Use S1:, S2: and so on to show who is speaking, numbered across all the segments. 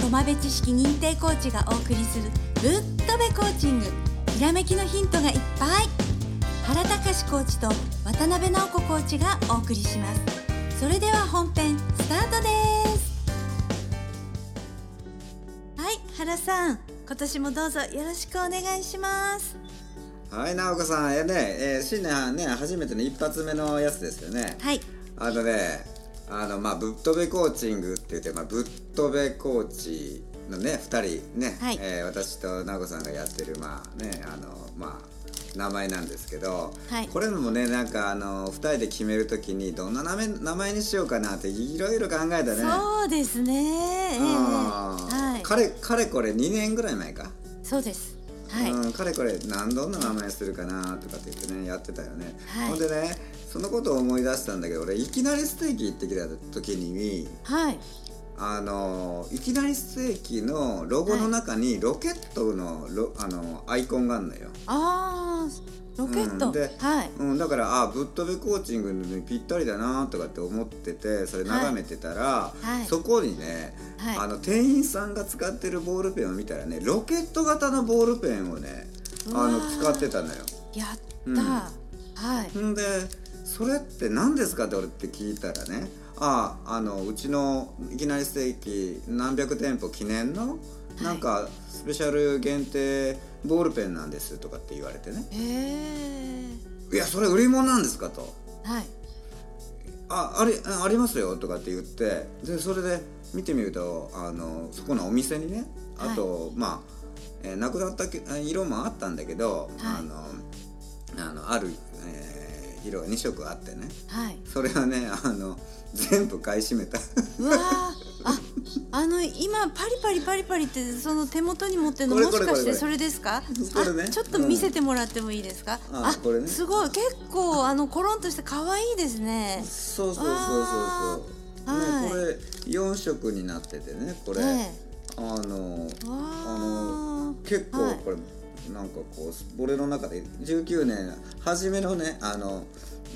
S1: 駒部知識認定コーチがお送りするぶっとべコーチングひらめきのヒントがいっぱい原隆コーチと渡辺直子コーチがお送りしますそれでは本編スタートですはい原さん今年もどうぞよろしくお願いします
S2: はい、直子さん、えーね、えー新年ね、初めての一発目のやつですよね。
S1: はい
S2: あのね、あの、まあ、ぶっ飛べコーチングって言って、まあ、ぶっ飛べコーチのね、二人ね、
S1: はい
S2: えー私と直子さんがやってる、まあね、あの、まあ、名前なんですけど、
S1: はい
S2: これもね、なんか、あの、二人で決めるときに、どんな名前名前にしようかなって、いろいろ考えたね。
S1: そうですねええ
S2: あー
S1: はい
S2: かれ、かれこれ2年ぐらい前か。
S1: そうですはい、
S2: うん、かれこれ何どんな名前するかなとかって言ってねやってたよね、
S1: はい
S2: ほんでねそのことを思い出したんだけど俺いきなりステーキ行ってきた時に
S1: はい
S2: あのいきなりステーキのロゴの中にロケットのロあのアイコンがあるのよ、
S1: あーロケット、
S2: うんで
S1: はい
S2: うん、だからあぶっ飛べコーチングにぴったりだなとかって思っててそれ眺めてたら、
S1: はい
S2: そこにね、
S1: はい
S2: あの店員さんが使ってるボールペンを見たらねロケット型のボールペンをねあ
S1: うわ
S2: の
S1: ー
S2: 使ってたのよ。
S1: やった、
S2: うん
S1: はい
S2: んでそれって何ですかって俺って聞いたらねあああのうちのいきなりステーキ何百店舗記念の、
S1: い
S2: なんかスペシャル限定ボールペンなんですとかって言われてね
S1: ええ
S2: いやそれ売り物なんですかと
S1: はい
S2: ああれあありますよとかって言ってでそれで見てみるとあのそこのお店にねあと、まあ、えーなくなったけあ色もあったんだけど、
S1: はい
S2: あのあのある、えー色が2色あってね
S1: はい
S2: それはねあの全部買い占めた
S1: うわーああの今パリパリパリパリってその手元に持ってるの
S2: これ
S1: も
S2: これ
S1: しかし
S2: これ
S1: て
S2: これ
S1: それですか
S2: これね
S1: あちょっと見せてもらってもいいですか、
S2: うんあこれね
S1: すごい結構あのコロンとして可愛いですね
S2: そうそうそう
S1: あー
S2: そうそう、
S1: は
S2: ね、これ4色になっててねこれ、
S1: ね
S2: あの
S1: えわ
S2: あの
S1: ー
S2: 結
S1: は
S2: 構
S1: い
S2: これ、なんかこう俺の中で19年初めのねあの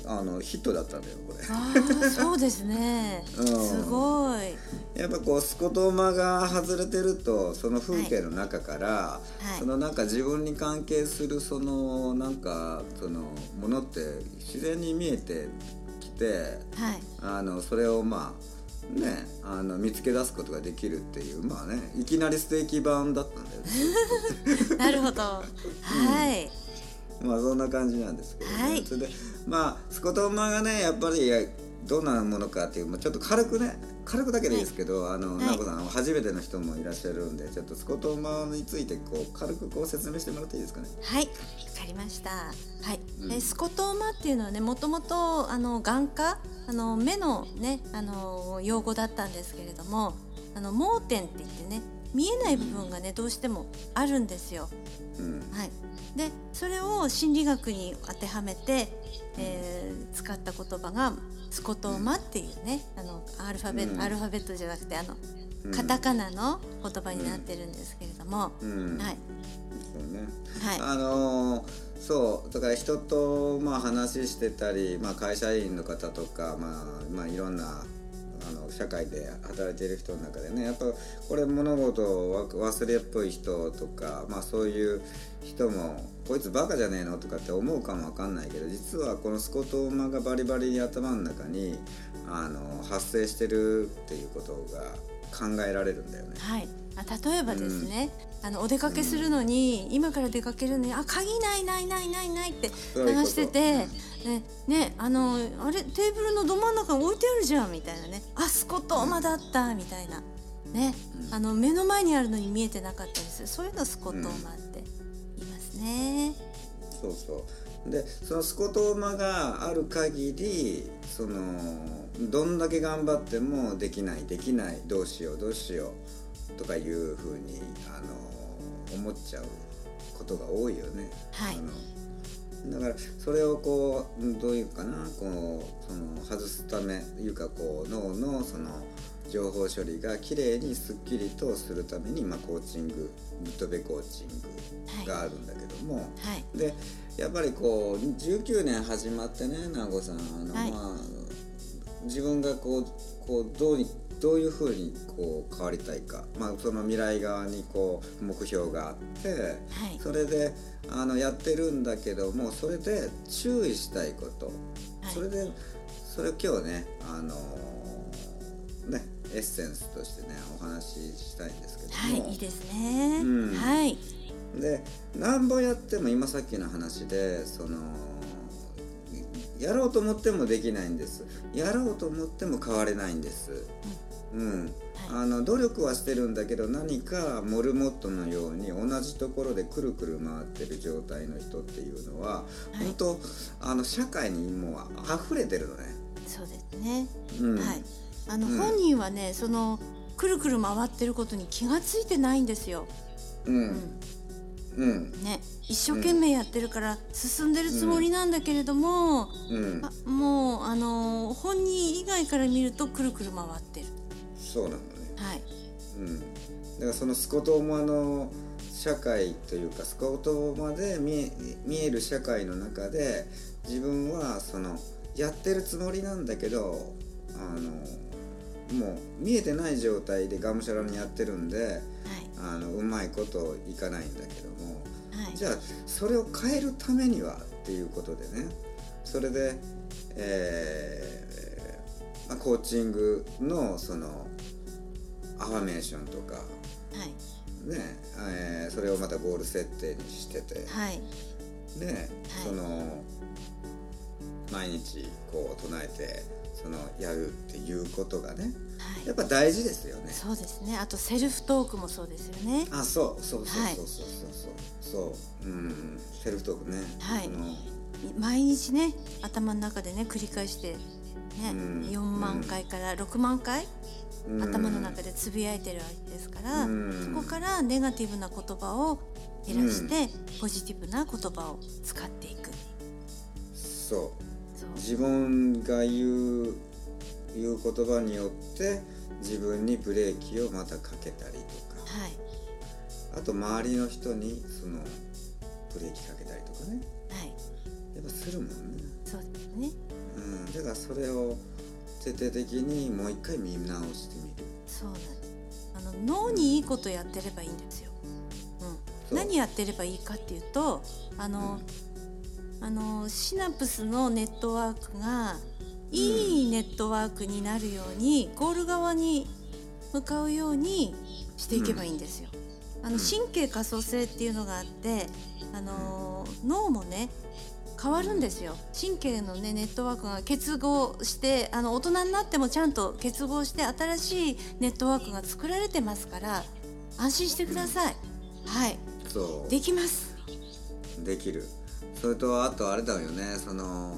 S2: あのヒットだったんだよこれ。
S1: あーそうですね
S2: うん
S1: すごい
S2: やっぱこうスコトーマが外れてるとその風景の中から、
S1: い
S2: そのなんか自分に関係するそのなんかそのものって自然に見えてきて
S1: はい
S2: あのそれをまあねあの見つけ出すことができるっていうまあねいきなりステーキ版だったんだよね
S1: なるほどはい、
S2: まあそんな感じなんですけど、ね
S1: はい
S2: それでまあスコトーマがねやっぱりいやどんなものかっていう、まあ、ちょっと軽くね軽くだけでいいですけど、あ
S1: は
S2: の
S1: い
S2: 奈子さん初めての人もいらっしゃるんでちょっとスコトーマについてこう軽くこう説明してもらっていいですかね。
S1: はい、わかりました。はい、
S2: うん
S1: えスコトーマっていうのはね、もともとあの眼科、あの目のね、あの用語だったんですけれども、あの盲点って言ってね、見えない部分がね、どうしてもあるんですよ。
S2: うん
S1: はい。で、それを心理学に当てはめて、えー使った言葉がスコトーマっていうね、あのアルファベ、
S2: うん
S1: アルファベットじゃなくてあの
S2: うん
S1: カタカナの言葉になってるんですけれども、
S2: うん
S1: はい
S2: そうね
S1: はい。
S2: あのーそうだから人とまあ話してたり、まあ、会社員の方とか、まあ、まあいろんなあの社会で働いている人の中でねやっぱこれ物事をわ忘れっぽい人とか、まあ、そういう人もこいつバカじゃねえのとかって思うかもわかんないけど実はこのスコトーマがバリバリに頭の中にあの発生してるっていうことが考えられるんだよね。
S1: はい、あ例えばですね、あのお出かけするのに、今から出かけるのにあ鍵ないないないないないって
S2: そういうこと
S1: 探してて、ねねあのあれテーブルのど真ん中に置いてあるじゃんみたいなねあスコトーマだったみたいなね、
S2: うん
S1: あの目の前にあるのに見えてなかったりするそういうのスコトーマって言いますね。
S2: そうそうでそのスコトーマがある限りそのどんだけ頑張ってもできないできないどうしようどうしようとかいうふうにあの思っちゃうことが多いよね。
S1: はい
S2: あのだからそれをこううんどういうかなこうその外すためいうかこう脳のその情報処理がきれいにすっきりとするために、まあ、コーチングぶっ飛べコーチングがあるんだけども、
S1: はい
S2: でやっぱりこう19年始まってね南郷さんあの、
S1: はい
S2: まあ自分がこうこうどうにどういうふうにこう変わりたいか、まあ、その未来側にこう目標があって
S1: はい
S2: それであのやってるんだけどもそれで注意したいこと、
S1: はい
S2: それでそれを今日ねあのーねエッセンスとしてねお話ししたいんですけども、
S1: はいいいですね、
S2: うん
S1: はい
S2: で何本やっても今さっきの話でそのやろうと思ってもできないんですやろうと思っても変われないんです、うん
S1: は
S2: あの努力はしてるんだけど何かモルモットのように同じところでくるくる回ってる状態の人っていうのは、
S1: い
S2: 本当あの社会にもう溢れてるのね。
S1: そうですね、
S2: うん
S1: はいあの、
S2: うん
S1: 本人はねそのくるくる回ってることに気がついてないんですよ、
S2: うん
S1: うん
S2: うん
S1: ね、一生懸命やってるから進んでるつもりなんだけれども、
S2: うん
S1: あもうあのー本人以外から見るとくるくる回ってる。
S2: そうなのね。
S1: はい。
S2: うん、だからそのスコトーマの社会というかスコトーマで見え見える社会の中で自分はそのやってるつもりなんだけどあのもう見えてない状態でがむしゃらにやってるんであのうまいこといかないんだけども
S1: はい。はい。
S2: じゃあそれを変えるためにはっていうことでねそれで、えーまあ、コーチングのそのアファメーションとか、
S1: はい。
S2: ねえーそれをまたゴール設定にしてて、
S1: はい。
S2: ねその毎日こう唱えてそのやるっていうことがね
S1: は
S2: やっぱ大事ですよね
S1: い。。そうですね。あとセルフトークもそうですよね。
S2: あそうそうそう
S1: はい
S2: そうそうそう、そううんセルフトークね。
S1: はい
S2: あの
S1: 毎日ね、頭の中でね、繰り返して。ね
S2: うん、
S1: 4万回から6万回、
S2: うん
S1: 頭の中でつぶやいてるわけですから、
S2: うん
S1: そこからネガティブな言葉を減らして、ポジティブな言葉を使っていく
S2: そう
S1: そう
S2: 自分が言う言う言葉によって自分にブレーキをまたかけたりとか
S1: はい
S2: あと周りの人にそのブレーキかけたりとかね
S1: はい
S2: やっぱするもんね、
S1: そうですね
S2: うん、だからそれを徹底的にもう一回見直してみる
S1: そうなんですあの脳にいいことやってればいいんですよ、う
S2: そ
S1: ん、
S2: う
S1: 何やってればいいかっていうとあの、あのシナプスのネットワークがいいネットワークになるように、ゴール側に向かうようにしていけばいいんですよ。あの
S2: うん
S1: 神経可塑性っていうのがあって、あの脳もね変わるんですよ神経のねネットワークが結合してあの大人になってもちゃんと結合して新しいネットワークが作られてますから安心してください、はい
S2: そう
S1: できます
S2: できるそれとあとあれだよねその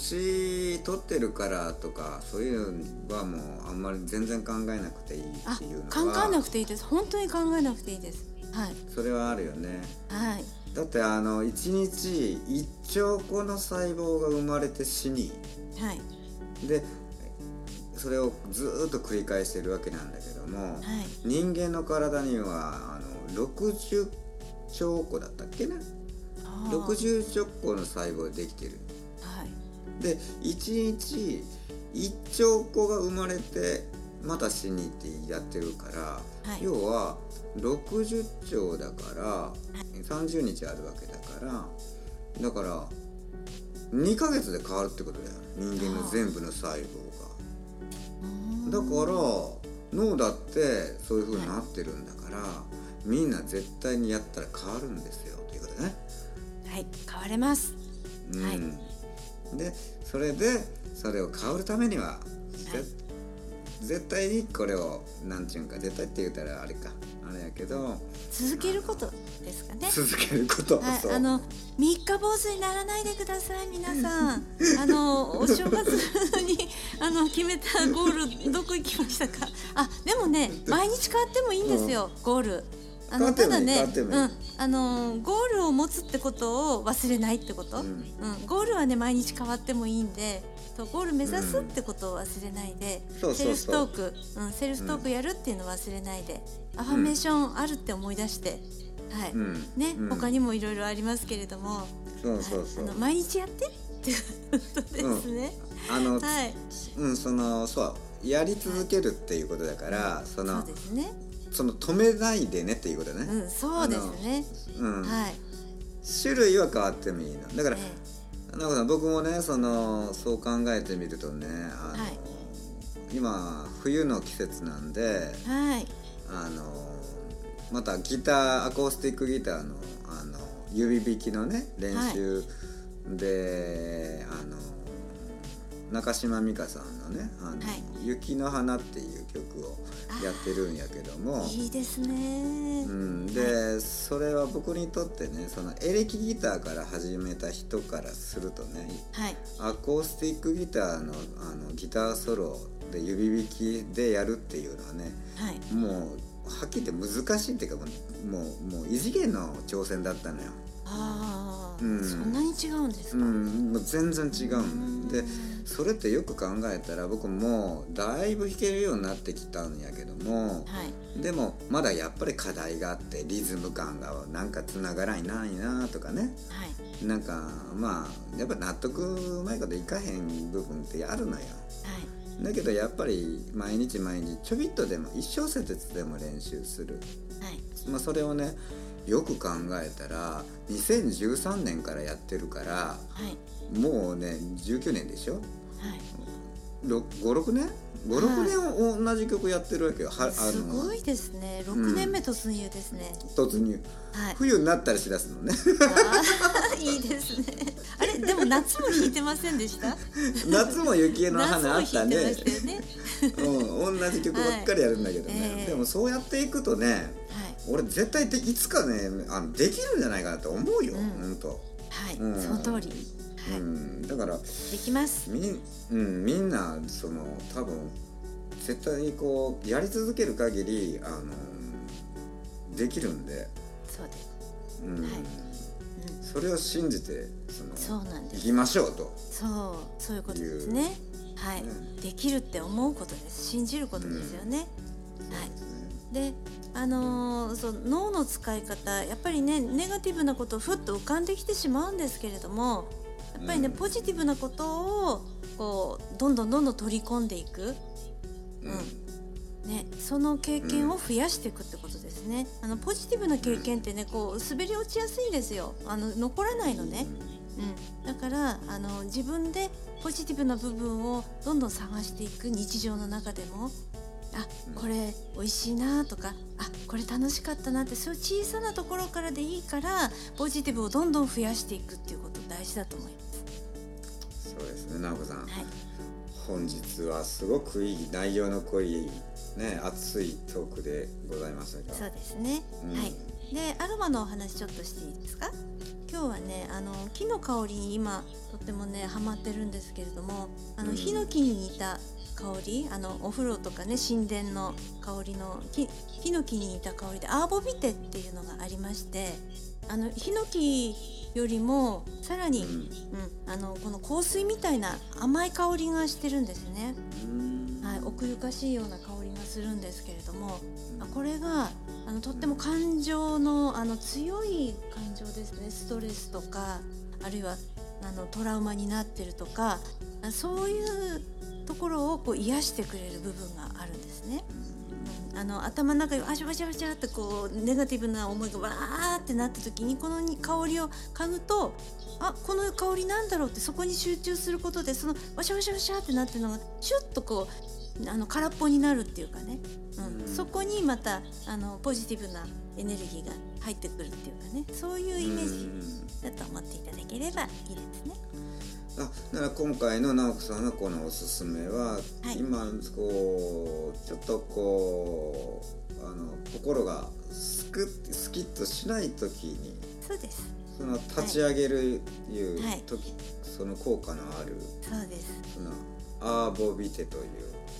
S2: 年取ってるからとかそういうのはもうあんまり全然考えなくていいっ
S1: あ
S2: ていうの
S1: 考えな
S2: は
S1: くていいです本当に考えなくていいですはい
S2: それはあるよね
S1: はい
S2: だってあの1日1兆個の細胞が生まれて死に
S1: はい
S2: でそれをずーっと繰り返してるわけなんだけど
S1: は
S2: も
S1: い
S2: 人間の体にはあの60兆個だったっけな
S1: あー
S2: 60兆個の細胞できてる
S1: はい
S2: で1日1兆個が生まれてまた死にってやってるから、
S1: はい
S2: 要は60兆だから30日あるわけだからだから2ヶ月で変わるってことだよ人間の全部の細胞
S1: うーん
S2: がだから脳だってそういう風になってるんだから、みんな絶対にやったら変わるんですよということね。
S1: はい変われます
S2: うん
S1: はい
S2: でそれでそれを変わるためには、ぜ絶対にこれをなんちゅうんか絶対って言うたらあれかあれやけど
S1: 続けることですかね
S2: 続けること、
S1: はい、
S2: そう
S1: あの三日坊主にならないでください皆さん。あのお正月にあの決めたゴー ルどこ行きましたか。あでもね毎日変わってもいいんですよ、ゴール。あのた
S2: 変
S1: だ
S2: わってもいい
S1: ね、
S2: 変わって
S1: う
S2: もいい
S1: ん、あのゴールを持つってことを忘れないってこと。う、
S2: うんん
S1: ゴールはね毎日変わってもいいんで。そうゴール目指すってことを忘れないで、
S2: そう
S1: セ
S2: そ
S1: ル
S2: う
S1: フト
S2: そ
S1: ー
S2: う
S1: ク、うん、セルフトークやるっていうのを忘れないで、アファメーションあるって思い出して、はい、
S2: うん
S1: ね、
S2: うん
S1: 他にもいろいろありますけれども、
S2: そうそうそう
S1: はいあの毎日やってっってことですね。
S2: あの、
S1: はい。
S2: うんそのそうやり続けるっていうことだから、そ
S1: そう
S2: の
S1: ですね。
S2: その止めないでねっていうことだ
S1: う
S2: ね、
S1: ん、そうですね。
S2: うん
S1: はい。
S2: 種類は変わってもいいのだから、
S1: え
S2: なんかさ僕もねそのそう考えてみるとねあの、
S1: はい
S2: 今冬の季節なんで
S1: えはい。
S2: あのまたギターアコースティックギターのあの指弾きのね練習で、あの中島美嘉さんのね「あの
S1: はい
S2: 雪の花」っていう曲をやってるんやけども。
S1: いいですね。
S2: うん、でそれは僕にとってねそのエレキギターから始めた人からするとね
S1: はい。
S2: アコースティックギターのあのギターソロで指弾きでやるっていうのはね
S1: はい。
S2: もうはっきり言って難しいっていうかもうもうもう異次元の挑戦だったのよ。
S1: ああ、
S2: うん
S1: そんなに違うんです
S2: う
S1: か。
S2: ん、もう全然違う
S1: うん
S2: のでそれってよく考えたら僕もうだいぶ弾けるようになってきたんやけども、
S1: はい。
S2: でもまだやっぱり課題があってリズム感がなんかつながらないなとかね
S1: はい。
S2: なんかまあやっぱ納得うまいこといかへん部分ってあるのよ
S1: はい。
S2: だけどやっぱり毎日毎日ちょびっとでも一小節でも練習する、
S1: はい。
S2: まあ、それをねよく考えたら2013年からやってるから
S1: はい。
S2: もうね19年でしょ
S1: はい。
S2: 56年56年同じ曲やってるわけよ、はあの
S1: すごいですね。六
S2: うん
S1: 年目突入ですね。
S2: 突入
S1: はい。
S2: 冬になったらしだす のね
S1: あーいい ですね。あれ、でも夏も弾いてませんで した。
S2: 夏も雪の
S1: 夏も
S2: 花
S1: 弾
S2: あった
S1: い
S2: ね
S1: てましたよね。
S2: うん、同じ曲ばっかりやるんだけどね、
S1: はいええ
S2: でもそうやっていくとね
S1: はい。
S2: 俺絶対でいつかねあのできるんじゃないかなと思うよ、
S1: うん
S2: ほんと、
S1: はい。
S2: うん
S1: その通り。は
S2: うん、だから
S1: い。できます。
S2: み,、うん、みんなその多分絶対にこうやり続ける限りあのできるんで、
S1: そうです。
S2: うん
S1: はい
S2: それを信じてそ
S1: うん。
S2: の
S1: そうなんで
S2: 行
S1: す。
S2: きましょうと。
S1: そう、そういうことですね。はい、
S2: ね
S1: できるって思うことです。信じることですよね。はい。で、あのーそう脳の使い方、やっぱりね、ネガティブなことふっと浮かんできてしまうんですけれども。やっぱりね、
S2: うん
S1: ポジティブなことを、こう、どんどんどんどん取り込んでいく。
S2: うん
S1: ね、その経験を増やしていくってことですね。あのポジティブな経験ってね、こう滑り落ちやすいんですよ。あの残らないのね。うん、だからあの自分でポジティブな部分をどんどん探していく日常の中でもあ
S2: うん
S1: これ美味しいなとかあこれ楽しかったなってそういう小さなところからでいいからポジティブをどんどん増やしていくっていうこと大事だと思います。
S2: そうですね直子さん、
S1: はい、
S2: 本日はすごくいい内容の濃いね熱いトークでございました
S1: そ
S2: が
S1: うですね、
S2: うん
S1: はいでアロマのお話ちょっとしていいですか今日はねあの木の香りに今とってもねハマってるんですけれどもあの、
S2: うん
S1: ヒノキに似た香りあのお風呂とかね神殿の香りのきヒノキに似た香りでアーボビテっていうのがありましてあのヒノキよりもさらに、うんあのこの香水みたいな甘い香りがしてるんですね。
S2: うん
S1: はい、奥ゆかしいような香りがするんですけれどもあこれがあのとっても感情のあの強い感情ですねストレスとかあるいはあのトラウマになってるとかあそういうところをこう癒してくれる部分があるんですね。うんあの頭の中にわしゃわしゃわしゃってこうネガティブな思いがわーってなった時にこのに香りを嗅ぐとあこの香りなんだろうってそこに集中することでそのわしゃわしゃわしゃってなってるのがシュッとこうあの空っぽになるっていうかね、うん
S2: うん
S1: そこにまたあのポジティブなエネルギーが入ってくるっていうかねそういうイメージだと思っていただければいいですね。
S2: うんあなら今回の直子さんのこのおすすめは、
S1: はい
S2: 今こうちょっとこうあの心がスクッスキッとしない時に
S1: そうです
S2: その立ち上げるいう
S1: はい
S2: 時、その効果のある
S1: そうです
S2: そのアーボビテという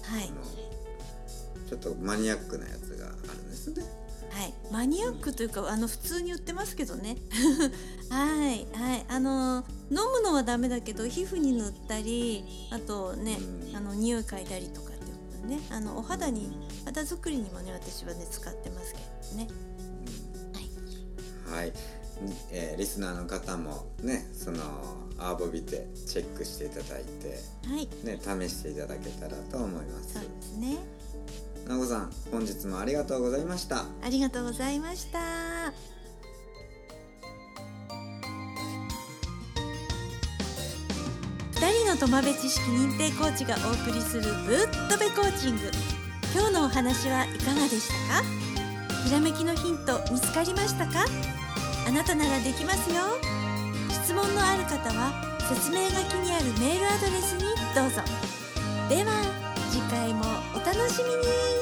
S1: はい
S2: あのちょっとマニアックなやつがあるんですね。
S1: はい、マニアックというか、あの普通に売ってますけどね。 はい、はい、あの飲むのはダメだけど、皮膚に塗ったり、あとね、
S2: うん
S1: あの匂い嗅いだりとかっていうことね、あのお肌に肌作りにもね、私はね使ってますけどね。はい、
S2: はい、えーリスナーの方もねそのアーボビテチェックしていただいて、
S1: はい
S2: ね、試していただけたらと思います
S1: そうですね
S2: なごさん本日もありがとうございました
S1: ありがとうございました二人のトマベ知識認定コーチがお送りするぶっとべコーチング今日のお話はいかがでしたかひらめきのヒント見つかりましたかあなたならできますよ質問のある方は説明書きにあるメールアドレスにどうぞでは次回もお楽しみに